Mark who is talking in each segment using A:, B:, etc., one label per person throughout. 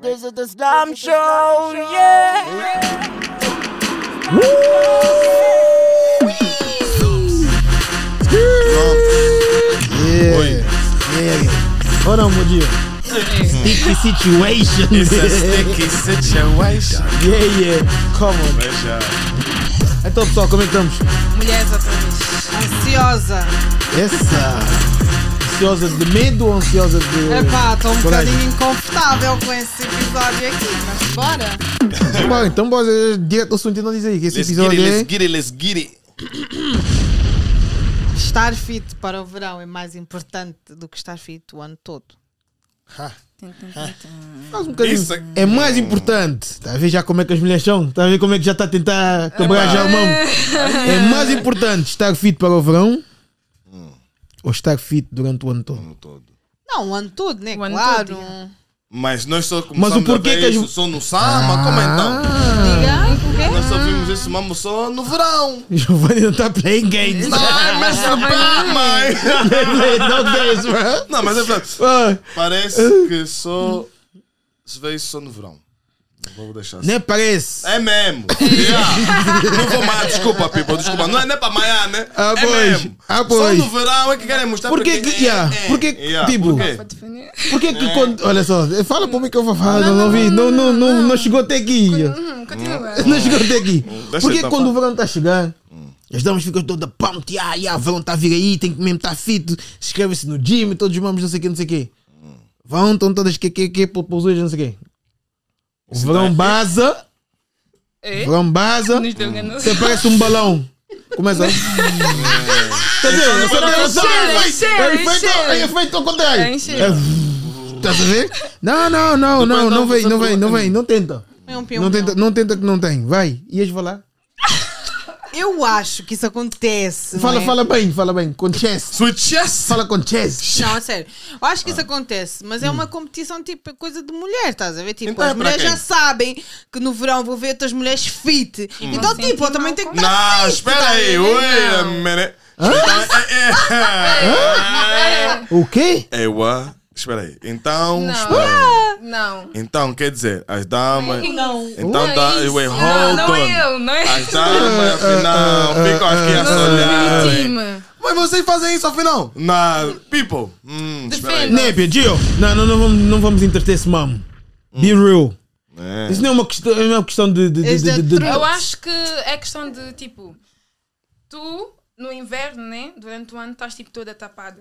A: This is the Slam Show, yeah!
B: Oi.
C: Ou não, Mudir? Sticky situation.
B: It's a sticky situation.
C: Yeah, yeah. Come on.
B: Veja.
C: Então, pessoal, como é que estamos?
D: Mulheres outra vez. Ansiosa.
C: Essa. Ansiosa de medo ou ansiosa de.
D: Epá, estou um
C: coragem?
D: bocadinho inconfortável com esse episódio aqui, mas bora.
C: Então, bora, Então, bora, direto ao assunto e não diz aí que esse
B: Let's get
C: episódio
B: it,
C: é.
B: let's get it, let's get it.
D: Estar fit para o verão é mais importante do que estar fit o ano todo.
C: Faz um bocadinho.
B: Isso-
C: É mais importante. Está a ver já como é que as mulheres são? Está a ver como é que já está a tentar quebrar já a mão? É mais importante estar fit para o verão ou estar fit durante o ano todo?
B: No todo.
D: Não, o ano todo, né?
E: O ano
D: claro.
E: todo,
B: Mas nós só começamos
C: o porquê
B: a ver
C: que Ah. as-
B: isso só no samba, como então?
D: Ah. Diga,
B: Nós só vimos esse mambo só no verão.
C: Giovanni não está playing games.
B: Ai, mas rapaz, mãe.
C: Não games, bro.
B: Não, mas é verdade.
C: Ah,
B: Parece que só se vê isso só no verão. Vou deixar assim.
C: Nem parece.
B: É mesmo. Yeah. Não vou mais. Desculpa, people. Desculpa. Não é nem para amanhã, né?
C: Ah,
B: é
C: pois.
B: mesmo.
C: Ah,
B: Só
C: pois.
B: no verão é que querem mostrar.
C: Por que
B: porque- é,
C: que- yeah. Por que- tipo-
B: por quê?
E: para definir.
C: Porquê que quando. Olha só, fala para mim que eu vou falar, não, não, vi. Não, não, não, não chegou até aqui.
E: Hum, continua.
C: Não chegou até aqui.
B: Deixa
C: Porque
B: eu
C: quando
B: tapar.
C: o verão está a chegar, as damas ficam toda pumped, ah, yeah, o verão está a vir aí, tem que mesmo estar fit, inscreve-se no gym, todos os mamos, não sei o quê, não sei o quê. Vão, estão todas que, que, que, pousuas, não sei o quê. O verão baza, o
E: É?
C: verão baza,
E: Nos deu engano.
C: até parece um balão. Começa. Quer dizer, eu só tenho noção.
E: Encher, encher,
C: É efeito- é
E: encher.
C: efeito ao contrário.
E: É encher.
C: Estás a ver? Não, não, não, não, não vem, não vem, não vem, não tenta.
D: é um pião,
C: Não tenta, não tenta que não tem, vai. Ias falar?
D: Eu acho que isso acontece. não
C: Fala,
D: é?
C: fala bem, fala bem, com chess.
B: Sweet chess.
C: Fala com chess.
D: Não, é sério. Eu acho que isso acontece, mas é uma competição tipo é coisa de mulher, estás a ver? Tipo,
B: Então é
D: as
B: pra
D: mulheres
B: quem?
D: já sabem que no verão vou ver outras mulheres fit. Então,
E: Sim,
D: tipo, eu
E: sim,
D: também
E: não
D: tenho que estar
B: Não, espera aí.
E: tá
B: Wait a
E: legal.
B: minute. eh, Então, é- é-
C: O quê?
B: é- Eu, ah, Espera aí. Então,
E: Não.
B: espera aí.
E: Não.
B: Então, quer dizer, as damas.
D: Não.
B: Então, dá.
E: é isso.
B: Wait,
E: não,
B: hold
E: não é
B: on.
E: eu, não é
C: Ah,
B: As
E: eu.
B: damas, afinal, ficam aqui a
E: Não,
B: solhar.
E: time.
B: Mas vocês fazem isso afinal? Não. People. Hum, espera
C: é
B: aí.
E: Defenda.
C: Népia, Gio. Não, não, não vamos, não vamos entreter esse mamo. Be real.
B: É.
C: Isso não Hum. é uma questão, é uma questão de. de, de,
D: Is
C: de,
D: that
C: de-
D: true?
E: Eu acho que é questão de tipo, tu no inverno, né? Durante o ano estás tipo toda tapada.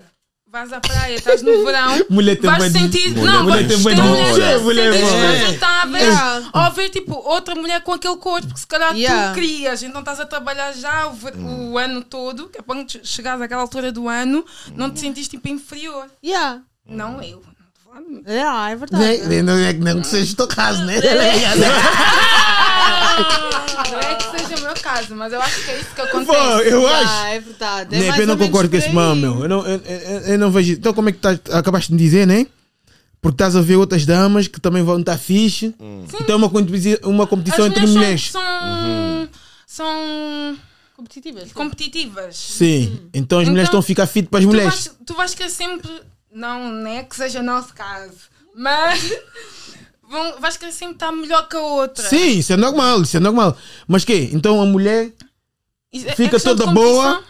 E: Vais à praia, estás no verão.
C: Mulher tem bué
E: vais
C: de-
E: sentir.
C: mulher-
E: não,
C: mulher
E: vais
C: tem bué de- Mulher,
E: sentir
C: mulher,
E: mulher
C: mulher.
E: desconfortáveis
D: Yeah.
E: ao ver tipo outra mulher com aquele corpo que se calhar
D: Yeah.
E: tu querias. Então estás a trabalhar já o, ver-
C: Hum.
E: o ano todo, que é quando che- chegares àquela altura do ano,
C: Hum.
E: não te sentiste tipo inferior.
D: Yeah.
E: Não eu. não tô falando.
D: Yeah, é
C: Não
D: verdade.
C: é- não é que não que seja o teu caso, né?
E: Não é que seja o meu caso, mas eu acho que é isso que
C: Pô,
E: acontece.
C: eu acho.
D: Ah, é verdade. É
C: Né,
D: mais
C: eu não
D: ou menos
C: concordo com
D: por
C: esse
D: aí.
C: mal, meu. Eu não, eu, eu- eu não vejo. Então, como é que tá, acabaste de me dizer, né? Porque estás a ver outras damas que também vão estar fixe. Então é uma, competi- uma competição entre
E: Hum. são-
C: mulheres. Uhum.
E: São, são
D: Competitivas.
E: competitivas.
C: Sim. Então as mulheres estão
E: Então,
C: a ficar fit para as
E: Tu
C: mulheres.
E: vais, tu vais querer sempre. Não, né? Que seja o nosso caso. Mas. Vão, vais querer sempre estar melhor que a outra.
C: Sim, isso é normal, isso é normal. Mas que? Então a mulher
E: Isso é- é
C: fica
E: questão de
C: toda boa.
E: competição.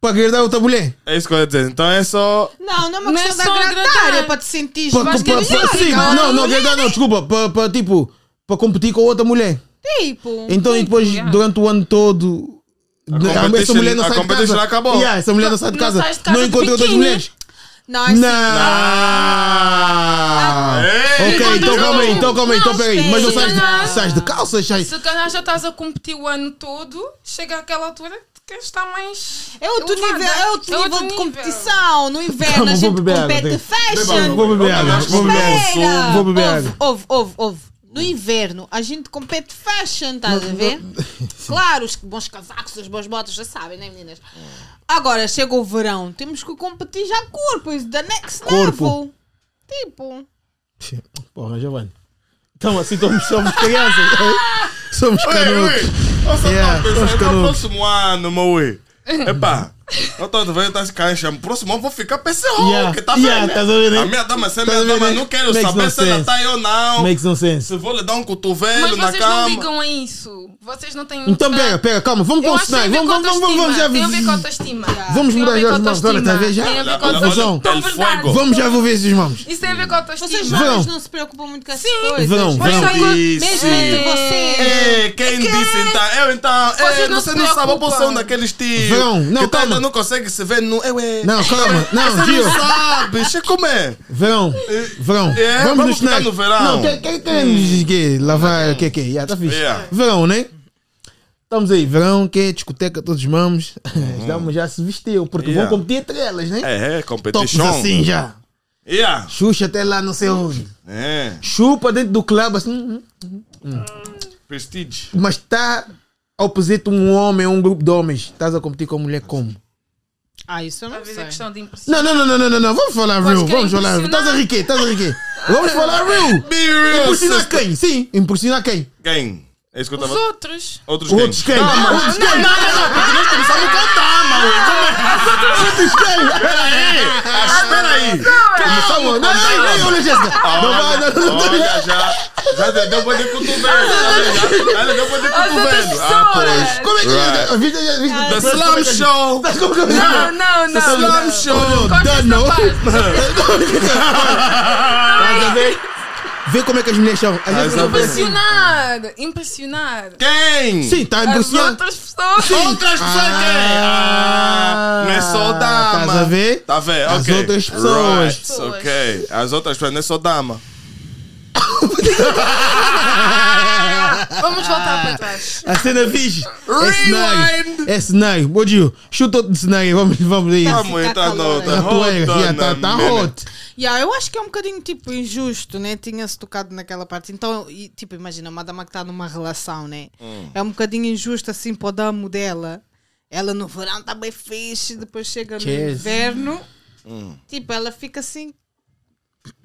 C: para agradar outra mulher.
B: É isso que eu ia dizer. Então é só.
D: Não, não é uma
E: Não é
D: questão de
E: só
D: agradar,
E: agradar.
D: é para te sentir.
C: Pa-
D: mais
C: pa- pa-
D: querida,
C: sim,
D: cara.
C: não, não, agradar não, desculpa. Para, tipo, para competir com outra mulher.
D: Tipo,
C: Então e depois,
E: yeah.
C: durante o ano todo. Essa
B: competition-
C: mulher não
B: a
C: sai de
B: competition
C: casa.
B: acabou.
C: Yeah, essa mulher não sai de
E: Não
C: casa. Não,
E: sai de casa de
C: encontra outras
E: biquíni.
C: mulheres.
D: não, é assim.
C: Ah. Não!
B: Ah. Ei,
C: Ok, então
B: não.
C: calma aí, então calma aí, então
E: Não,
C: peraí. Mas não
E: espera.
C: sais de, sais de calça, sais.
E: Se calhar já estás a competir o ano todo, chega àquela altura que queres estar mais.
D: É outro
E: elevada.
D: nível, é outro nível de competição. No inverno
C: Calma,
D: a
C: vou
D: gente
C: beber água,
D: compete
C: tem-
D: fashion.
C: Vou beber água, vou beber
D: Espera!
C: água. Vou beber
D: Ouve,
C: água.
D: Ouve, ouve, ouve. No inverno, a gente compete fashion, estás a ver? Claro, os bons casacos, as boas botas, já sabem, né, meninas? Agora chega o verão, temos que competir já corpo, is the next
C: Corpo.
D: level. Tipo,
C: Porra, Giovanni. Então assim somos, somos crianças. Somos
B: Ei,
C: canudos.
B: ui. Nossa,
C: Yeah,
B: não,
C: somos
B: pessoal, é para o
C: canudos.
B: próximo ano, meu ui. Epá, Então, tu vai tá se caixa. Próximo ano vou ficar PCO,
C: Yeah.
B: que tá
C: Yeah,
B: velha.
C: tá sabendo, né?
B: A minha dama, se é
C: Tá
B: minha
C: sabendo,
B: dama,
C: né?
B: não quero
C: Makes no
B: saber se ela
C: sense.
B: tá aí ou não.
C: Makes no sense.
B: Se vou lhe dar um cotovelo
E: Mas
B: na
E: vocês não
B: cama.
E: ligam a isso. Vocês não têm.
C: Então,
E: tá-
C: pega, pega, calma, vamos
E: Eu acho que tem a
C: considerar.
E: ver
C: Vamos,
E: com
C: vamos, vamos, vamos, já
E: autoestima. Tem a ver com
C: vamos.
E: autoestima.
C: Vamos
E: Tem a
C: mudar
E: ver
C: já
E: com
C: os nomes, olha, tá a ver já?
E: Tem a ver com
C: Olha, olha,
E: autoestima.
C: olha,
E: Tão
B: el
E: verdade.
B: fuego.
C: Vamos já vou ver esses nomes.
E: Isso tem a ver com
D: Vocês
E: autoestima.
C: Verão.
D: jovens não se preocupam muito com essas
E: Sim.
D: coisas.
C: Verão,
D: Mas
C: verão.
D: só quando-
B: Isso.
D: Mesmo entre vocês.
B: Ei, É, quem disse então? Eu então. Ei,
E: É Vocês não
B: você
E: se
B: não sabe a
E: preocupam.
B: posição daqueles tios.
C: Verão, não,
B: que tu ainda
C: calma.
B: não consegue se ver no. Eu, é.
C: Não, calma. Não,
B: Tu
C: tio.
B: sabe, che como é?
C: Verão. Verão.
B: É, vamos
C: nos
B: ficar
C: snacks.
B: no verão. Hum.
C: Não, quer que, que, que, lavar, que, que, já tá fixe.
B: Yeah.
C: Verão, né? Estamos aí, verão, que é discoteca, todos vamos. As damas já se vestiu, porque
B: Yeah.
C: vão competir entre elas, né?
B: Hum. É, é,
C: Tops
B: competition.
C: assim já.
B: Yeah.
C: Xuxa até lá, não sei onde.
B: É.
C: Chupa dentro do clube, assim. hum,
B: Prestige.
C: hum. Mas está opposite um homem, um grupo de homens. Estás a competir com a mulher como?
D: Ah, isso eu não
E: Talvez é
D: sei.
E: questão de impressão.
C: Não, não, não, não, não, não, não. Vamos falar
E: Mas
C: real.
E: quer
C: Vamos falar real.
E: impressionar?
C: Estás a riquê, estás a riquê. Vamos falar real.
B: Be real.
C: Impressionar
B: sister.
C: quem? Sim, impressionar quem?
B: Quem? É isso que eu
E: Os
B: tava.
E: outros.
B: Outros quem?
C: Outros quem? Outros quem?
B: Nós começamos a contar, mano.
C: Outros quem?
B: Peraí. Espera aí.
C: Calma, não, não, não, não, olha, Jéssica. Ah, Não vai, Ah, não, não, não.
B: Olha, já. Já deu deu pra de cotovelo. tá vendo? Já- Ela deu pra de
E: outras
B: cotovelo. Ah,
E: pessoas.
B: pois.
C: Como é que
B: Right.
C: é? Viste, já- viste?
B: The Slam Show.
C: Mas como que eu-
E: Não, não, não.
B: Slam
E: não.
B: Show.
E: Corta essa
C: Dano.
E: parte.
C: Estás a ver? Vê como é que as mulheres são. Às vezes
B: Ah,
C: eu
B: sabe.
C: penso assim,
E: Impressionar. Impressionar.
B: Quem?
C: Sim, está
E: As
C: impressionado.
E: outras pessoas.
B: Outras pessoas quem? Ah, não é só dama.
C: Estás a ver?
B: Tá vendo?
C: As
B: Ok.
C: outras pessoas.
B: Right, Ok. As outras pessoas, não é só dama.
E: Ah. Vamos voltar para trás.
C: A cena fixe. É
B: Rewind.
C: cenário. É cenário. Bom dia. Chuta outro cenário. Vamos, vamos aí.
D: Tá
B: Vamos entrar na outra.
C: Tá
B: Hold
C: poeira.
B: on
C: já Tá
B: a
C: tá
B: minute.
C: hot.
D: Yeah, eu acho que é um bocadinho tipo injusto, né? Tinha-se tocado naquela parte. Então, e, tipo, imagina, uma dama que está numa relação, né? É um bocadinho injusto assim para o damo dela. Ela no verão está bem fixe, depois chega no
C: Yes.
D: inverno. Tipo, ela fica assim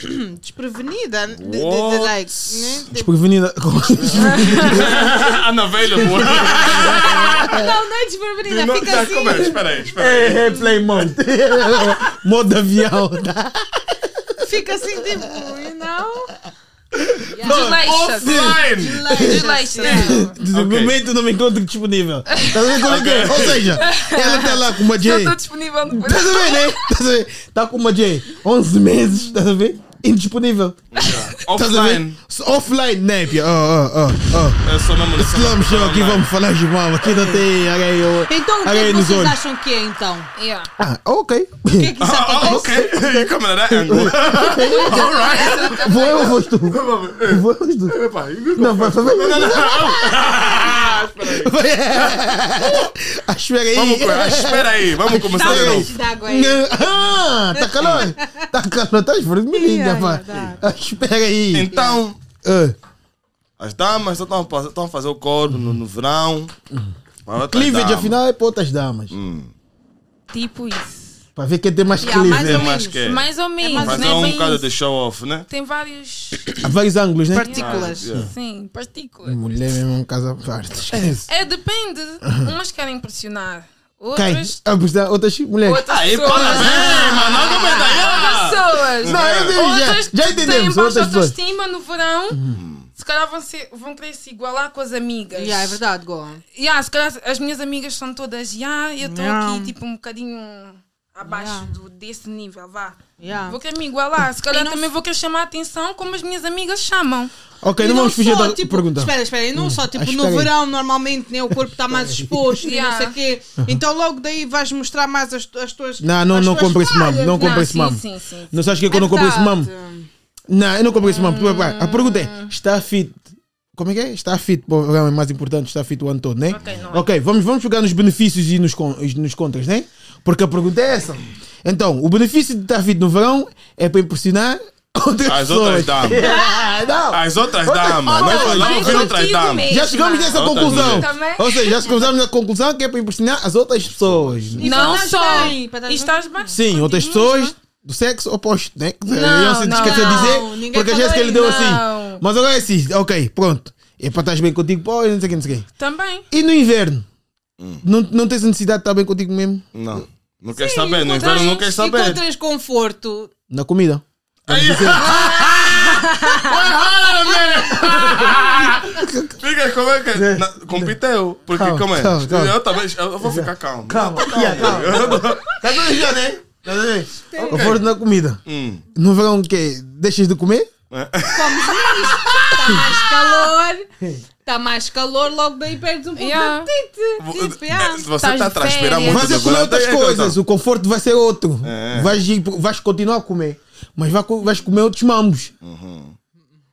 D: desprevenida. né? De, de, de,
B: What?
D: like, né? De-
C: Desprevenida.
B: Unavailable.
D: não, não é desprevenida, fica assim.
B: Como é? Espera aí, espera aí.
C: É, é, play mode. Modo avião. tá?
D: Fica assim tipo, e não.
E: Desleixa-se.
B: Offline!
E: Desleixa-se.
C: De momento não me encontro disponível. Tá vendo como é que é? Ou seja, ela tá lá com uma
E: Não
C: J.
E: estou disponível depois.
C: Tá sabendo, né? Tá sabendo? Tá com uma J. 11 meses, tá sabendo? Indisponível. Tá sabendo?
B: Offline.
C: Offline, né? Pia? Oh, oh, oh,
B: É só mesmo
C: oh. Slam show aqui, vamos falar de mal. Aqui não tem areia.
D: Então, o que é
C: areia
D: que
C: nos
D: vocês
C: olhos.
D: acham que é então?
E: Yeah.
C: Ah, ok.
D: O que é que isso
B: Ah, ah,
D: acontece?
B: ok. You coming at that angle.
C: Vou eu ou vou tu? Vou eu ou tu? Não, vai, vai, vai. vai, vai. Ah, Espera aí.
B: Vamos, co- ah, espera aí, vamos começar de
D: Dá um
B: novo.
D: de água aí.
C: Ah, tá calor. Tá calor, tá vermelhinha,
D: Ai,
C: pá.
D: verdade.
C: Ah, Espera aí.
B: Então,
C: Ah,
B: as damas estão a fazer o corpo no, no verão. tá Para outras
C: Cleavage,
B: damas.
C: afinal, é para outras damas.
E: Tipo isso.
C: Para ver quem tem mais
D: Yeah, mais
C: cleavage.
B: Tem mais
D: menos.
B: que é.
E: Mais ou menos,
D: mais ou
E: né?
B: Fazer um
E: Bem
B: bocado
E: isso.
B: de show off, né? É.
E: Tem vários.
C: Há vários ângulos, né?
D: Partículas.
B: Yeah.
E: Sim, partículas.
C: Mulher mesmo é um caso à parte. Esquece.
E: É, depende. Umas querem impressionar.
C: Quem?
E: Outras.
C: Ah, pois dá, Outras mulheres.
E: Outras
B: Aí,
E: pessoas.
B: para bem, mano. Olha como é daí.
E: Pessoas.
C: Não, eu entendi, tá. já,
E: Outras
C: já
E: têm
C: entendemos.
E: baixa
C: Outras pessoas. Hum.
E: autoestima no verão. Se calhar vão, ser, vão querer se igualar com as amigas.
D: Yeah, é verdade, Goa.
E: Yeah, se calhar as minhas amigas são todas. Yeah, eu estou
D: Yeah.
E: aqui tipo um bocadinho abaixo
D: Yeah.
E: do, desse nível. Vá.
D: Yeah.
E: Vou querer me igualar. Se calhar
D: não
E: também vou querer chamar a atenção como as minhas amigas chamam.
C: Ok,
D: E
C: não vamos fugir
D: só,
C: da
D: tipo,
C: pergunta.
D: Espera, espera, e não só, tipo,
C: Ah,
D: no
C: espera aí.
D: verão normalmente né, o corpo está mais exposto e não
E: Yeah.
D: sei o quê. Então logo daí vais mostrar mais as, tu- as tuas.
C: Não, não,
D: as
C: não
D: tuas
C: compro esse
D: falhas,
C: mamo. Não compro
E: Não,
C: esse
E: sim,
C: mamo.
E: sim, sim.
C: Não sabes que eu não compro esse mamo?
D: Verdade.
C: Não, eu não compro esse mamo. A pergunta é:
E: Hum.
C: está fit? Como é que é? Está fit para o programa é mais importante, está fit o ano todo, né?
E: Ok, não é.
C: Ok, vamos, vamos jogar nos benefícios e nos, con- e nos contras, né? Porque a pergunta é essa. Então, o benefício de estar fit no verão é para impressionar outras
B: As
C: pessoas.
B: outras damas.
C: Ah, não.
B: As outras
C: Outras-
B: damas.
C: Olha,
B: Nós falamos de
E: contigo
B: outras damas.
E: mesmo.
C: Já chegamos nessa
B: Outras
C: conclusão.
E: mulheres. Também.
C: Ou seja, já chegamos na conclusão que é para impressionar as outras pessoas.
D: E
E: Não
D: para
E: só.
D: estás bem, para
E: E
D: estás
E: estás bem.
C: Sim, outras pessoas do sexo oposto, né? Que eu se
E: não,
C: esqueceu de
E: não.
C: dizer,
D: Ninguém
C: porque a
D: falou
C: Jéssica
D: isso,
C: lhe deu
E: não.
C: assim. Mas agora é assim, ok, pronto. É para estar bem contigo, pô, não sei quem, não sei quem.
E: Também.
C: E no inverno? Não, não tens a necessidade de estar bem contigo mesmo?
B: Não. Não queres saber, no inverno não queres saber.
D: Encontras conforto.
C: Na comida.
B: Aí- Vai, rala, meu! Fica, como é que é? Na, compiteu. Porque,
C: Né. Calma,
B: como é?
C: calma, calma.
B: Eu também, eu vou ficar calmo.
C: Calma, yeah, calma.
B: Tá tudo já, né?
C: Estás a ver? Conforto na comida.
B: Hum.
C: No verão o quê? Deixas de comer?
D: Comes menos. Está mais calor. Está Tá mais calor, logo daí perdes um pouco
E: Yeah.
D: de apetite. Tipo, yeah.
B: Você tá a
E: Estás de
B: transpirar muito.
E: férias.
C: Vais a
B: no
C: comer
B: verão,
C: outras
B: tem que contar.
C: coisas. O conforto vai ser outro.
B: É.
C: Vais, ir- vais continuar a comer. Mas vai co- vais comer outros mambos. Uhum.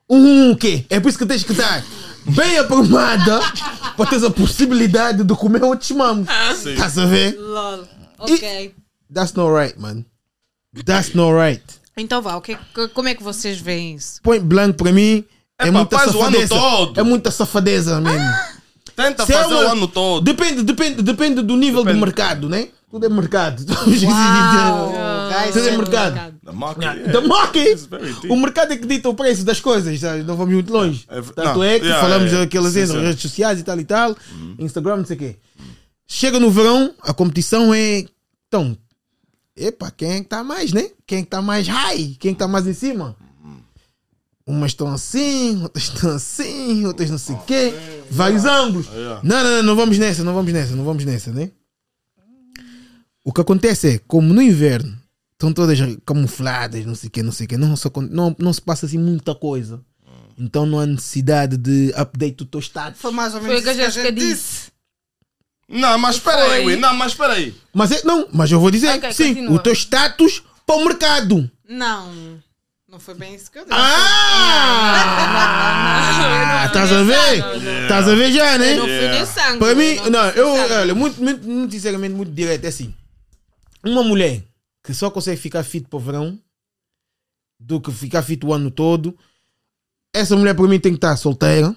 C: Um o quê? É por isso que tens que estar bem aprumada para teres a possibilidade de comer outros mambos.
B: sim.
C: Estás a ver?
D: Lol. Ok.
C: That's not right, man. That's not right.
D: Então vá, o que é que- como é que vocês veem isso?
C: Point blank para mim é
B: Epá,
C: muita
B: faz o ano
C: safadeza.
B: todo. Ah.
C: É muita safadeza mesmo.
B: Tenta
C: Se é
B: fazer
C: uma-
B: o ano todo.
C: Depende, depende, depende do nível
B: Depende.
C: do mercado, né? Tudo é mercado.
D: Guys,
C: Tudo é
D: é
C: mercado.
D: Ah, mercado.
B: The market, yeah.
C: The market.
B: It's é very deep.
C: O mercado é que dita o preço das coisas, sabe? não vamos muito longe.
B: É ver-
C: Tanto
B: não,
C: é que
B: yeah,
C: falamos
B: yeah,
C: daquelas
B: sim,
C: coisas
B: sim. Uhum.
C: nas redes sociais e tal e tal, Instagram, não sei o quê. Chega no verão, a competição é. Então, epa, quem é que está mais, né? Quem é que está mais high? Quem é que está mais em cima?
B: Uhum.
C: Umas estão assim, outras estão assim, outras não sei o quê. Vários ângulos.
B: Ah, Yeah.
C: Não, não, não, não vamos nessa, não vamos nessa, não vamos nessa, né? O que acontece é, como no inverno estão todas camufladas, não sei o quê, não sei o quê, não, se acon- não, não se passa assim muita coisa. Então não há necessidade de update do teu status.
A: Foi mais ou
E: Foi
A: menos
E: o que a
A: isso
E: Jéssica disse.
B: Não, mas espera aí,
E: Foi.
B: Will. Não, mas espera aí.
C: Mas é, não, mas eu vou dizer,
E: Ok,
C: sim,
E: continua.
C: o teu status para o mercado.
D: Não. Não foi bem isso que eu disse.
C: Ah! Estás a ver? Estás a ver já, né?
D: Eu não fui nem sangue.
C: Para mim, não, eu, olha, muito, muito, muito sinceramente, muito direto, é assim. Uma mulher que só consegue ficar fit para o verão do que ficar fit o ano todo, essa mulher para mim tem que estar solteira,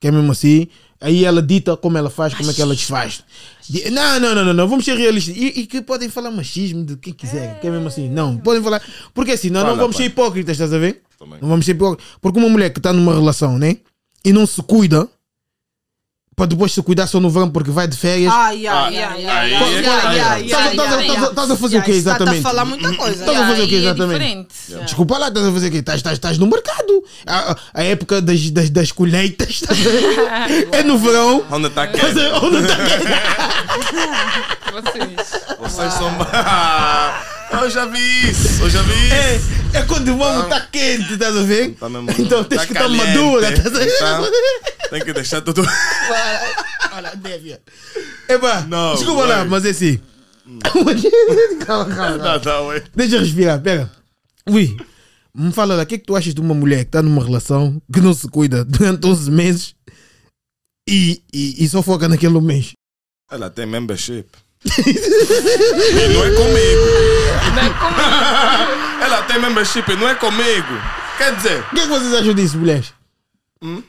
C: que é mesmo assim. Aí ela dita como ela faz, como é que ela desfaz. De- Não, não, não, não, não, vamos ser realistas. E, e que podem falar machismo de quem quiser, que é mesmo assim. Não, podem falar. Porque assim, nós não
B: Fala,
C: vamos
B: pai.
C: ser hipócritas, estás a ver?
B: Também.
C: Não vamos ser hipócritas. Porque uma mulher que está numa relação, né? E não se cuida, para depois se cuidar só no verão porque vai de férias.
D: Ai, ai,
B: Ah,
D: ai,
B: aí
D: ai,
B: é que
D: ai,
B: tá.
D: ai, ai.
C: Estás a- estás a- estás a- estás a fazer o quê
D: Está a
C: exatamente?
D: falar muita coisa.
C: Estás a fazer o quê
E: Aí é
C: exatamente?
E: diferente.
C: Desculpa lá, estás a fazer o quê? Estás, estás, estás no mercado. A, a- a época das, das, das colheitas estás a ver? é no verão.
B: Onde está quem?
C: Estás a- onde tá quem?
E: Vocês.
B: Vocês são. Ah, Eu já vi isso. Eu já vi isso.
C: É, é quando o mamo está quente, estás a ver?
B: Tá mesmo-
C: Então
B: tá
C: tens que estar
B: caliente,
C: madura, estás a ver?
B: então, Tem que deixar tudo.
C: Olha, deve. Epá,
B: Não,
C: desculpa lá,
B: vai. Hum.
C: mas é assim. calma, calma.
B: Não, não, ué.
C: Deixa eu respirar, pega. Ui, me fala lá, o que é que tu achas de uma mulher que está numa relação que não se cuida durante 11 meses e, e, e só foca naquele um mês?
B: Ela tem membership. e não é comigo.
E: é
B: Ela tem membership e não é comigo. Quer dizer,
C: O que é que vocês acham disso, mulheres?
E: Hum?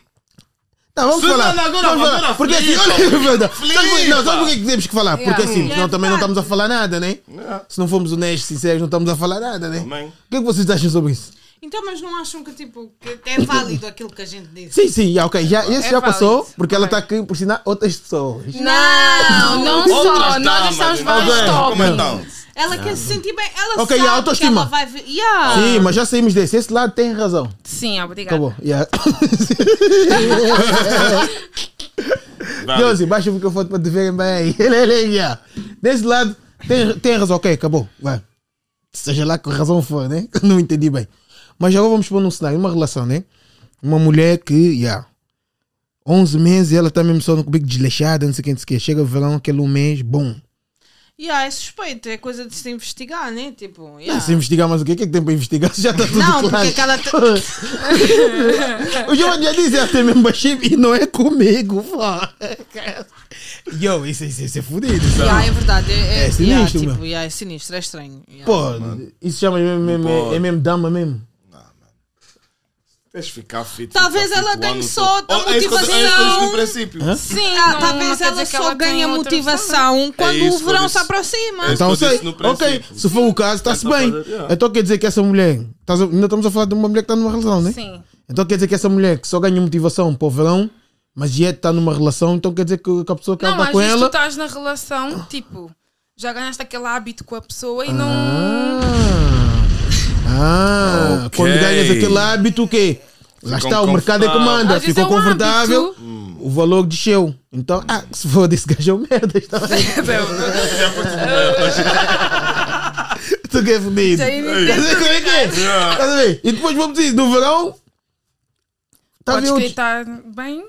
C: Tá, vamos
B: Sim,
C: falar.
B: não, não, agora,
C: vamos falar.
B: agora
C: Porque assim,
B: flipa.
C: olha, verdade.
B: Flipa.
C: Sabe por- não, sabe por que que temos que falar? Porque
E: Yeah.
C: assim, senão também não estamos a falar nada, né?
B: Yeah.
C: Se não formos honestos, sinceros, não estamos a falar nada, né?
B: Amém.
C: O que é que vocês acham sobre isso?
D: Então, mas não acham que, tipo, que é válido aquilo que a gente disse?
C: Sim, sim, já, ok. Já, esse
E: É
C: já passou,
E: válido.
C: porque ela está aqui por ensinar outras pessoas.
E: Não, não só.
B: Outras
E: Nós estamos
B: damas,
E: vários
C: ok.
B: como
E: tópicos.
B: então?
D: Ela quer se sentir bem. Ela
C: Ok, e
D: sabe
C: a autoestima?
D: que ela vai... ver- Yeah.
C: Sim, mas já saímos desse. Esse lado tem razão.
E: Sim, obrigada.
C: Acabou. Yeah.
B: Vale.
C: Josi, baixa o microfone para te verem bem aí. Ele, ele, yeah. Desse lado, tem, tem razão. Ok, acabou. Vai. Seja lá que razão for, né? Não entendi bem. Mas agora vamos pôr num cenário, uma relação, né? Uma mulher que, yeah, 11 meses e ela está mesmo só no bico desleixada, não sei o que, não sei o que. Chega verão, aquele um mês, bom.
D: Yeah, é suspeito. É coisa de se investigar, né? Tipo,
C: Ah,
D: yeah.
C: Se investigar mais o quê? O que é que tem para investigar? Já está tudo
D: Não,
C: claro.
D: porque aquela... te-
C: O João já disse, ela tem membership e não é comigo, pá. Yo, isso, isso, isso é fudido.
D: Yeah, é verdade. É, é,
C: É sinistro,
D: yeah,
C: meu.
D: tipo, yeah, é sinistro, é estranho. yeah.
C: Pô, isso chama mesmo, mesmo-
B: Pô.
C: é mesmo dama mesmo.
B: Tens de ficar fit.
D: Talvez
B: ficar fit
D: ela
B: o
D: ganhe
B: ano
D: só
B: todo.
D: a
B: Oh, é isso que eu- É isso que eu disse no princípio.
E: Sim,
D: Ah,
E: não- não
D: talvez
E: quer
D: ela
E: dizer que
D: só
E: tem
D: ganhe
E: outra
D: motivação quando
C: É
B: isso
D: o
B: que eu
D: verão
B: disse.
D: se aproxima.
B: É isso.
C: Então
B: que eu
C: sei,
B: disse no
C: ok,
B: princípio.
C: se for o caso, está-se
B: Tenta
C: bem.
B: fazer, yeah.
C: Então quer dizer que essa mulher, estás a- ainda estamos a falar de uma mulher que está numa tá relação, né?
E: Sim.
C: Então quer dizer que essa mulher que só ganha motivação para o verão, Mas Yet está numa relação, então quer dizer que que a pessoa que
E: Não,
C: ela
E: mas tá
C: está com
E: isso tu
C: ela.
E: estás na relação, tipo, já ganhaste aquele hábito com a pessoa e não.
C: Ah, Ah,
B: Ok.
C: quando ganhas aquele hábito, o quê? Lá
B: Ficam
C: está, o mercado é que
B: confortáveis.
C: manda.
E: Às vezes
C: Ficou
E: é um hábito.
C: confortável, o valor desceu. Então, ah, se for desse gajo é um merda. Está... tu que é fodido.
E: Já
C: Quer
E: evitei
C: dizer, como é que é? Estás a ver? E depois vamos dizer, no verão, está a
E: Podes
C: ver
E: querer
C: tá outros.
E: estar bem,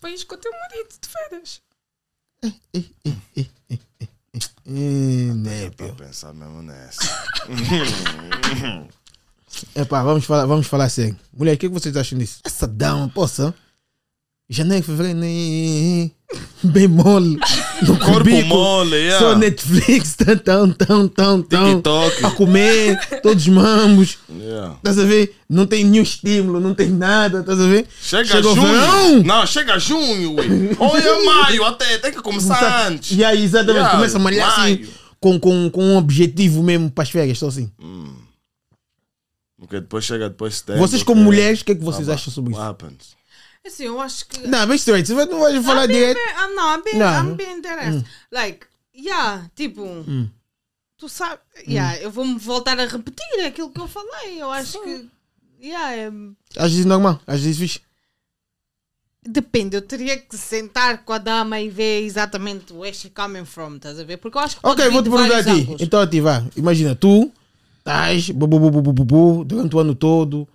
E: pois com o teu marido de férias.
C: Hum, né, pô.
B: Vou pensar mesmo nessa.
C: Epá, vamos falar, vamos falar sério. Mulher, o que, é que vocês acham disso? Essa dama, poça. Janeiro, fevereiro, né? bem mole. No
B: Corpo
C: cubico,
B: mole, yeah.
C: Só Netflix, tão, tão, tão, tão, tão. A
B: TikTok.
C: comer, todos mambos.
B: Yeah.
C: Estás a ver? Não tem nenhum estímulo, não tem nada, estás a ver?
B: Chega
C: Chegou
B: junho.
C: verão.
B: Não, chega junho, ué. Olha maio, até tem que começar antes.
C: Tá. E aí, exatamente,
B: Yeah,
C: começa a malhar assim,
B: maio.
C: com, com, com um objetivo mesmo para as férias, só assim.
B: Porque depois chega depois setembro.
C: Vocês, como
B: ok.
C: mulheres, o que é que vocês
B: Ah,
C: acham sobre
B: What
C: isso?
B: happens?
D: Assim, eu acho que.
C: Não, bem straight, você vai- não vai falar direto.
D: Eh, I'm not, I'm being,
C: Não. Hum.
D: I'm being interested. Like, yeah, tipo. Tu sabes. Yeah,
C: Hum.
D: eu vou-me voltar a repetir aquilo que eu falei. Eu acho que. Yeah, é-
C: Às vezes normal, às vezes fixe.
D: Depende, eu teria que sentar com a dama e ver exatamente where she coming from, estás a ver? Porque eu acho que. pode
C: Ok,
D: vir
C: vou te
D: de
C: perguntar a
D: vários
C: ti.
D: ângulos.
C: Então, a ti, vá. Imagina, tu estás bu, bu, bu, bu, bu, bu, bu, durante o ano todo.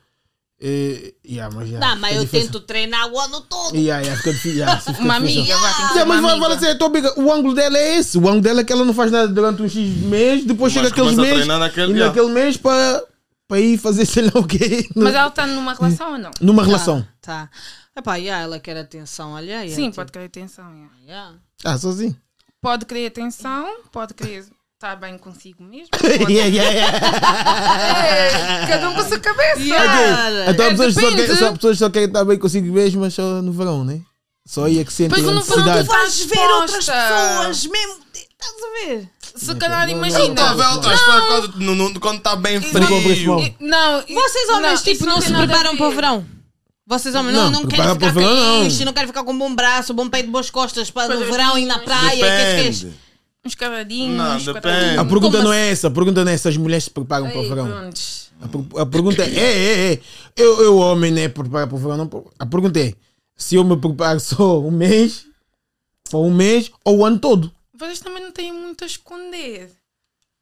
C: Eh, yeah, mas, yeah,
D: Não, mas
C: fica
D: eu
C: difícil.
D: tento treinar o ano todo.
C: Yeah, yeah, ah, fica difícil. Yeah, sim, fica
E: Uma
C: difícil.
E: amiga, vá, tem que ser
C: Yeah,
E: uma
C: mas vai-
E: amiga.
C: fala assim, a tua amiga, o ângulo dela é esse. O ângulo dela é que ela não faz nada durante uns X meses, depois
B: Mas
C: chega aqueles
B: começa a
C: meses.
B: treinar naquele-
C: e
B: yeah.
C: naquele mês para para ir fazer sei lá o quê.
E: Mas ela está numa relação ou não?
C: Numa relação.
D: Tá. Epá, yeah, ela quer atenção alheia.
E: Sim,
D: tipo,
E: pode querer atenção. yeah.
D: yeah.
C: Ah, sozinho.
E: Pode querer atenção, pode querer estar bem consigo mesmo. pode-
C: yeah, yeah, yeah.
E: É, cada um com a sua cabeça.
D: Yeah.
C: Então,
E: É,
C: pessoas só
E: depende.
C: querem, só, pessoas só querem estar bem consigo mesmas só no verão, né? Só aí é que sentem
E: Pois
C: a
E: no verão tu
C: necessidade.
E: vais-
D: Vais ver outras
E: Resposta.
D: pessoas mesmo. Estás a ver?
E: Se
B: Não,
E: calhar,
B: tá
E: imagina.
B: vendo outras coisas quando- no- no- quando está bem
C: Principal,
B: frio.
C: principal.
E: Não,
D: Vocês homens,
E: não,
D: tipo,
E: isso
D: não, se
E: tem nada a
D: preparam
E: ver.
D: para o verão. Vocês homens não,
C: Não,
D: não, querem
C: prepara para
D: ficar
C: o verão, não.
D: caídos, não. querem ficar com um bom braço, bom peito, boas costas para no
E: Pois é,
D: verão ir na praia. Que, é que,
B: Depende.
E: Uns cavalinhos.
B: Não,
E: uns
B: depende.
E: quadradinhos.
C: A pergunta
D: Como
C: não
E: assim?
C: é essa, a pergunta não é se as mulheres se preparam para o
E: Ei,
C: verão.
E: prontos.
C: A, per- a pergunta é, é, é, eu, eu homem, né, preparo para o verão. Não, a pergunta é, se eu me preparo só um mês, só um mês ou o ano todo?
E: Vocês também não têm muito a esconder.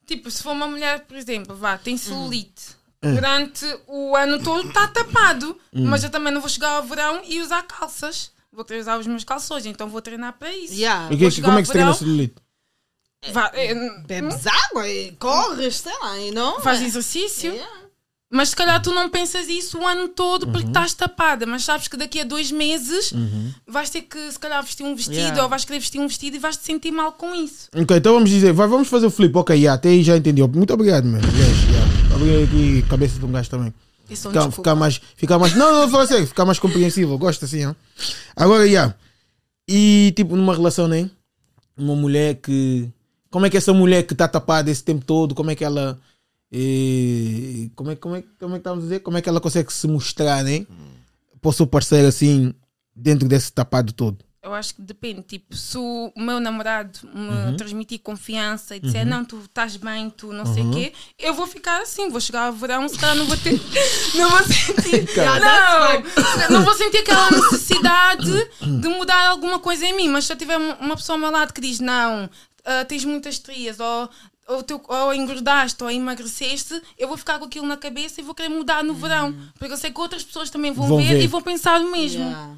E: Tipo, se for uma mulher, por exemplo, vá,
D: Hum.
E: tem celulite.
B: É.
E: Durante o ano todo está tapado.
B: Hum.
E: Mas eu também não vou chegar ao verão e usar calças. Vou querer usar os meus calções, então vou treinar para isso.
D: Yeah.
C: E que-
E: Ah, chegar
C: como é
E: ao
C: que se treina
E: verão.
C: celulite?
E: Vá, eh,
D: Bebes água e corres, sei lá, e não? é?
E: faz exercício.
D: Yeah.
E: Mas se calhar tu não pensas isso o ano todo porque estás tapada, mas sabes que daqui a dois meses vais ter que se calhar vestir um vestido
D: Yeah.
E: ou vais querer vestir um vestido e vais te sentir mal com isso.
C: Ok, então vamos dizer, vai, vamos fazer o flip, ok, yeah, até aí já entendi. Muito obrigado, meu. Yes, yeah. Abri aqui a cabeça de um gajo também.
E: Isso é um
C: Ficar, Então, ficar mais, ficar mais, não, não, fala sério, ficar mais compreensível, gosto assim, ó. Agora, yeah. E tipo, numa relação, né? Uma mulher que. Como é que essa mulher que está tapada esse tempo todo, como é que ela. eh, como, é, como, é, como é que estamos a dizer? Como é que ela consegue se mostrar, né? Para o seu parceiro assim, dentro desse tapado todo.
E: Eu acho que depende. Tipo, se o meu namorado me transmitir confiança e disser não, tu estás bem, tu não sei o quê, eu vou ficar assim. Vou chegar ao verão, se calhar não vou ter. não vou sentir. não, não vou sentir aquela necessidade de mudar alguma coisa em mim. Mas se eu tiver um- uma pessoa ao meu lado que diz não, ah, tens muitas trias ou. Ou, teu- ou engordaste ou emagreceste, eu vou ficar com aquilo na cabeça e vou querer mudar no verão. Porque eu sei que outras pessoas também vão,
C: Vão
E: ver,
C: ver.
E: e vão pensar o mesmo.
D: Yeah.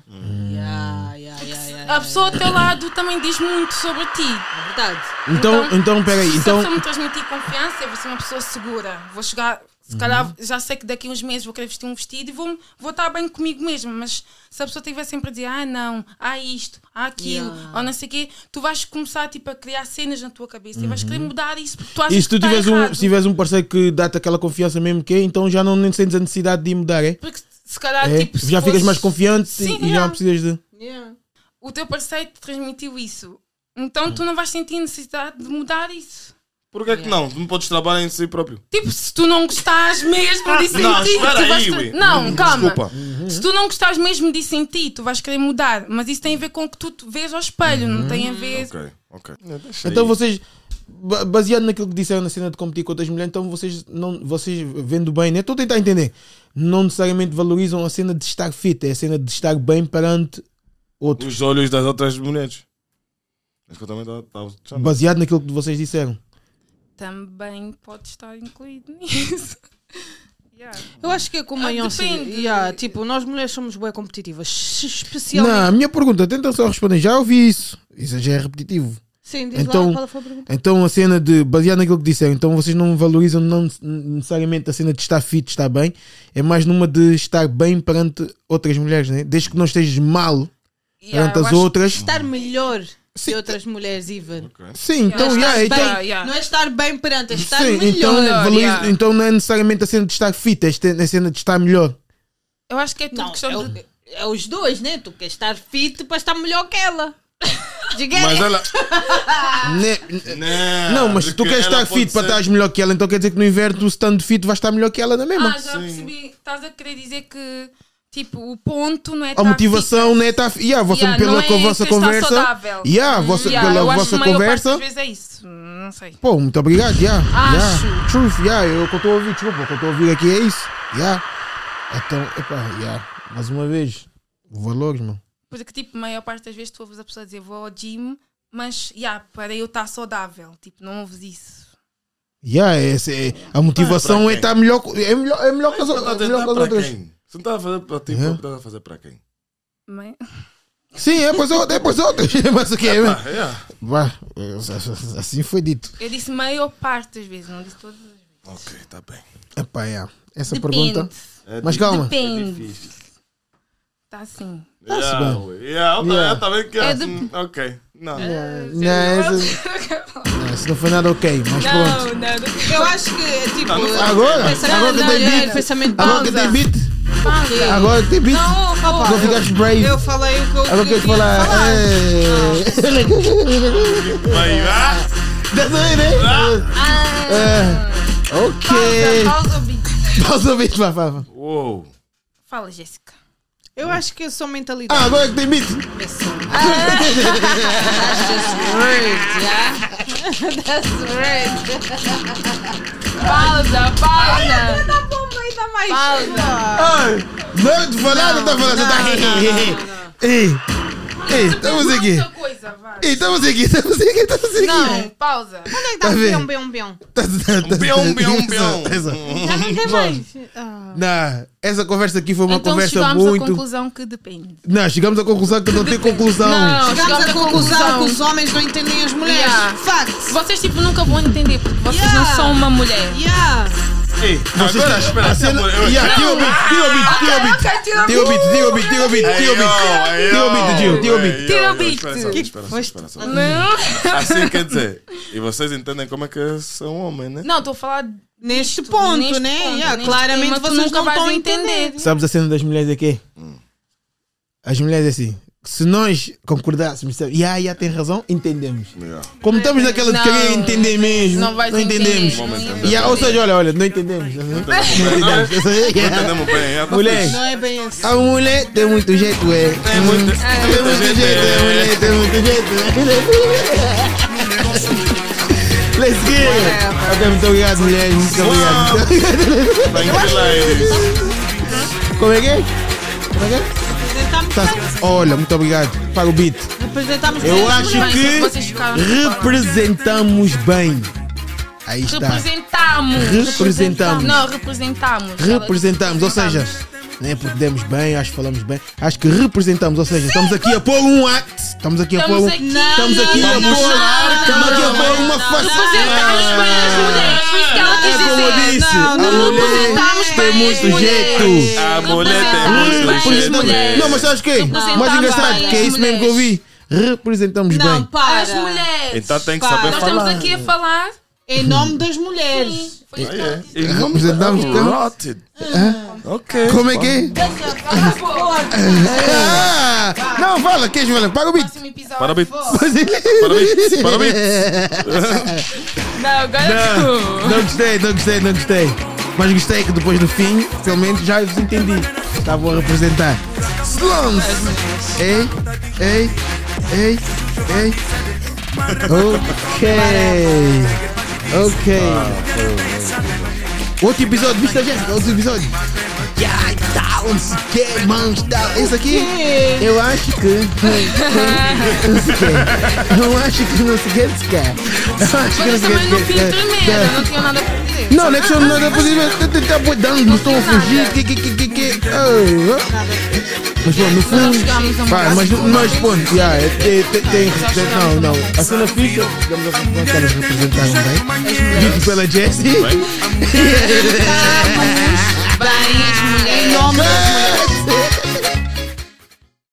D: Yeah, yeah, yeah, yeah,
E: A pessoa do teu lado também diz muito sobre ti.
D: é verdade.
C: Então, então, peraí,
E: se a
C: então.
E: pessoa me transmitir confiança, eu vou ser uma pessoa segura. Vou chegar, se
C: Uhum.
E: calhar, já sei que daqui a uns meses vou querer vestir um vestido e vou, vou estar bem comigo mesmo. Mas se a pessoa estiver sempre a dizer, ah, não, há isto, há aquilo,
D: Yeah.
E: ou não sei o quê, tu vais começar tipo, a criar cenas na tua cabeça e vais querer mudar isso porque tu achas
C: Uhum. E se tu
E: que tá
C: tiveres um,
E: errado.
C: se tiveres um parceiro que dá-te aquela confiança mesmo que é, então já não nem sentes a necessidade de mudar, é?
E: Porque se calhar,
C: É?
E: tipo, se
C: já ficas
E: fores-
C: mais confiante
E: Sim,
C: e já não
E: yeah.
C: precisas de.
D: Yeah.
E: O teu parceiro te transmitiu isso. Então tu não vais sentir necessidade de mudar isso.
B: Por que é que não? Tu não podes trabalhar em si próprio.
E: Tipo, se tu não gostares mesmo de sentir
B: Ah, Não,
E: que tu
B: espera
E: vais
B: aí,
E: tra-
B: Will.
C: Hum,
E: Não, calma.
B: Desculpa.
E: Se tu não gostares mesmo de sentir, tu vais querer mudar. Mas isso tem a ver com o que tu te vês ao espelho, não tem
C: Hum,
E: a ver.
B: Ok, ok.
C: Então vocês, ba- baseado naquilo que disseram na cena de competir com outras mulheres, então vocês, não, vocês vendo bem, né? Estou a tentar entender. Não necessariamente valorizam a cena de estar fit, é a cena de estar bem perante outros.
B: Os olhos das outras mulheres. Acho que eu também estava puxando.
C: Baseado naquilo que vocês disseram.
E: Também pode estar incluído nisso. Yeah.
D: Eu acho que é como
E: Ah,
D: a Beyoncé.
E: depende.
D: Yeah, tipo, nós mulheres somos bem competitivas. s-
C: Não,
D: Especialmente.
C: a minha pergunta, tentam só responder. Já ouvi isso. Isso já é repetitivo.
D: Sim, diz
C: Então-
D: lá qual foi a pergunta.
C: Então a cena de, baseado naquilo que disseram, então vocês não valorizam não nece- necessariamente a cena de estar fit, estar bem, é mais numa de estar bem perante outras mulheres, né? Desde que não estejas mal
E: Yeah,
C: perante
E: eu
C: as
E: acho-
C: outras.
D: Estar melhor
C: Sim.
D: que outras mulheres, even.
C: Sim, então,
E: Estás
C: yeah,
E: bem,
C: então,
E: yeah.
D: Não é estar bem perante, é estar
C: sim,
D: melhor. Tipo,
C: então,
E: Tá melhor,
C: valoriza-
E: yeah.
C: então não é necessariamente a cena de estar fit, é este- é a cena de estar melhor.
E: Eu acho que é tudo
D: Não,
E: questão
D: é, o-
E: de.
D: é os dois, né? Tu queres estar fit para estar melhor que ela. Diga
B: Mas
D: ela.
B: ela.
C: Né-
B: Não,
C: Não, mas se tu
B: porque
C: queres
B: Ah, ela
C: estar
B: pode
C: fit para
B: ser-
C: estares melhor que ela, então quer dizer que no inverno o stand fit vai estar melhor que ela na mesma.
E: Ah, já
B: Sim.
E: percebi. Estás a querer dizer que, tipo, o ponto não é.
C: a motivação, né? Tá, yeah, você
E: Yeah,
C: pela
E: não é
C: co- vossa
E: questão
C: conversa.
E: saudável.
C: Yeah, vossa, pela vossa conversa.
E: Às vezes é isso. Não sei.
C: Pô, muito obrigado, yeah.
E: Acho.
C: yeah. Truth, yeah, eu que eu estou a ouvir, desculpa, o que eu estou a ouvir aqui é isso. Yeah. Então, epá, yeah. Mais uma vez, valores, mano.
E: Porque, tipo, a maior parte das vezes tu ouves a pessoa dizer vou ao gym, mas, yeah, para eu estar saudável. Tipo, não ouves isso.
C: Yeah, esse é- a motivação é
B: quem?
C: estar melhor, co- é melhor, é melhor que as,
B: Mas ela
C: é
B: tá a
C: melhor que as
B: tentar para
C: outras.
B: quem? Se não estava a fazer para ti,
C: Yeah.
B: estava a fazer para quem?
E: Mas-
C: Sim, é para as outras, é para as outras. Mas o que é?
B: Ah, yeah.
C: Vá, é, Assim foi dito.
E: Eu disse maior parte das vezes, não disse todas as vezes.
B: Ok, está bem. É
C: Epá, yeah. Essa
E: Depende.
C: pergunta. Mas calma.
E: Depende.
B: Difícil.
E: Está assim.
C: Tá-se
B: Yeah,
C: bem.
B: ué. Yeah, ela tá-
C: Yeah.
B: ela também quer.
E: É de-
B: Hum, Ok, não.
C: Não, essa- não, isso não foi nada ok, mas pronto.
E: Não, não, não.
D: Eu acho que, é tipo.
B: Não, não faz.
C: Agora,
D: pensamento-
C: agora que
D: não,
C: tem
D: não,
C: beat,
D: é pensamento
C: agora que tem
D: pausa.
C: beat,
D: Pausa.
C: agora que tem beat,
D: Não, rapaz.
C: não ficaste brave.
D: Eu falei o que eu
C: Agora que eu te falar. é.
B: Vai, vai.
C: That's it, né? É. Ok.
E: Pausa, Bi.
C: Pausa o beat, vá, vá, vá.
B: Uou.
E: Fala, Jéssica.
D: Eu acho que eu sou
C: Ah,
D: mentalidade.
C: agora que tem beat.
D: That's right.
E: Pausa, pausa.
D: Tá bom, mas dá mais.
C: Ai, Não, de falar, não tá falando, você tá. Ei, ei, estamos aqui.
E: Outra coisa, vai.
C: Ei, estamos aqui, estamos aqui, estamos aqui.
E: Não, pausa.
D: Onde é que
C: Tá
D: dá um
C: vendo?
D: peão, peão, peão?
C: Tá- tá- tá-
B: Bião, bião, bião.
C: Essa-
D: Já não tem mais. Ah.
C: Não, essa conversa aqui foi uma
E: então
C: conversa
E: chegámos à
C: muito.
E: conclusão que depende.
C: Não, chegamos à conclusão que não tem conclusão.
E: Não,
D: Chegámos à conclusão que os homens não entendem as mulheres.
E: Yeah.
D: Facts.
E: Vocês tipo nunca vão entender porque vocês
D: Yeah.
E: não são uma mulher.
D: Yeah.
B: Ei, agora espera.
C: A cena.
B: eu- eu-
C: Yeah, Tira o beat, tira o beat, tira o beat. Tira o beat, tira o beat, tira o beat,
B: Ei,
C: tira o beat.
B: yo, ei,
C: Tira o
B: yo.
C: beat, Gil, tira o
B: Ei,
C: beat.
B: yo,
E: Tira o
B: yo,
E: beat.
B: espera só,
D: Que
B: espera só, espera só.
E: Não,
B: Assim quer dizer. E vocês entendem como é que são homens, né?
E: não, estou a falar
D: Neste ponto,
E: neste
D: né?
E: ponto,
D: Yeah,
E: neste
D: claramente
E: tema, tu
D: vocês
E: nunca
D: não
E: vais
D: estão a
E: entender.
D: entender.
C: Sabes a cena das mulheres é quê? As mulheres é assim. Se nós concordássemos, sabe? Yeah, yeah, tem razão, entendemos.
B: Yeah.
C: Como estamos naquela de
E: Não,
C: querer entender mesmo, não,
E: Não vais
C: entendemos.
E: entender.
B: Momento.
C: Yeah, ou seja, olha, olha, não entendemos. Não
B: Entendemos bem. né?
C: entendemos.
B: Entendemos bem. yeah, tá
C: Mulher,
B: fixe.
D: Não é bem assim.
C: a mulher tem muito jeito, é.
B: Tem muito- é.
C: Tem muito
B: muita
C: jeito, a
B: gente. né?
C: mulher tem muito é. jeito. Let's go! Ok, muito obrigado, mulheres, muito obrigado.
B: Thank you, ladies.
C: Como é que é? Como é que é?
D: Apresentamos-
C: Tá- Olha, muito obrigado. Para o beat.
D: Apresentamos
C: Eu
D: as
C: acho
D: mulheres.
E: que
C: que
E: vocês ficaram
C: representamos bem. Aí está.
E: representamos.
C: Representamos.
E: Não, representamos.
C: Representamos, ou seja, né, porque demos bem, acho que falamos bem, acho que representamos, ou seja, estamos aqui a pôr um ato, estamos aqui a pôr um.
E: Estamos aqui.
C: Estamos aqui a
E: Não, não,
C: pôr.
E: não,
C: Estamos aqui a
E: não,
C: pôr uma
D: Ah.
E: representamos bem as
C: faceta.
E: mulheres, foi isso que ela
C: É
E: quis
C: como eu
E: dizer.
C: disse, a
D: Não, não
C: mulher
E: representamos
C: tem
E: bem as
C: muito
E: mulheres.
C: jeito.
B: A mulher tem muito né? jeito.
C: Representamos.
E: mulheres.
C: Não, mas sabes o quê? Mais
E: Representamos
C: engraçado,
E: bem
C: que é
E: as
C: isso mesmo que eu
E: mulheres.
C: ouvi. Representamos
D: Não,
C: bem.
D: para.
E: As mulheres.
B: Então tem que
D: Pá,
B: saber
E: Nós estamos
B: falar.
E: aqui a falar.
D: Em nome das mulheres.
E: Sim, foi isso que ela disse.
B: né? E
C: Representamos bem.
B: Rotted. Ok.
C: Como então. é que é? Ah, Não, fala, queijo, fala. Paga o beat.
E: Próximo episódio.
B: Parabéns.
C: Parabéns,
B: Parabéns, parabéns.
E: Não, agora é tu.
C: Não gostei, não gostei, não gostei. Mas gostei que depois do fim, pelo menos já os entendi. Estavam a representar. Slums! Ei, ei, ei, ei. Ok. Ok. Outro episódio, bicho da Jéssica, outro episódio. Ai, tal, não sei o que, mano, tal. Esse aqui, eu acho que. Não sei o que. Eu acho que não sei o que, não sei o que. Eu acho que
E: Mas eu também
C: não
E: não
C: sei
E: tinha
C: o que.
E: tremenda,
C: é,
E: não tinha nada para dizer.
C: não, não é que eu não é possível. Tem que apoiando, estou a fugir. Que, que, que, que, que. ah, ah. Mas pronto, no
E: Não
C: fundo.
E: chegámos a
C: Pá,
E: mudar.
C: mas, mas pronto, yeah, é- é- tem, tem,
E: Nós
C: tem-
E: chegamos
C: Não, não.
E: também.
C: A cena fixa, digamos a confrontar, elas representaram bem. Dito pela Jessie.
E: Várias mulheres. Em nome da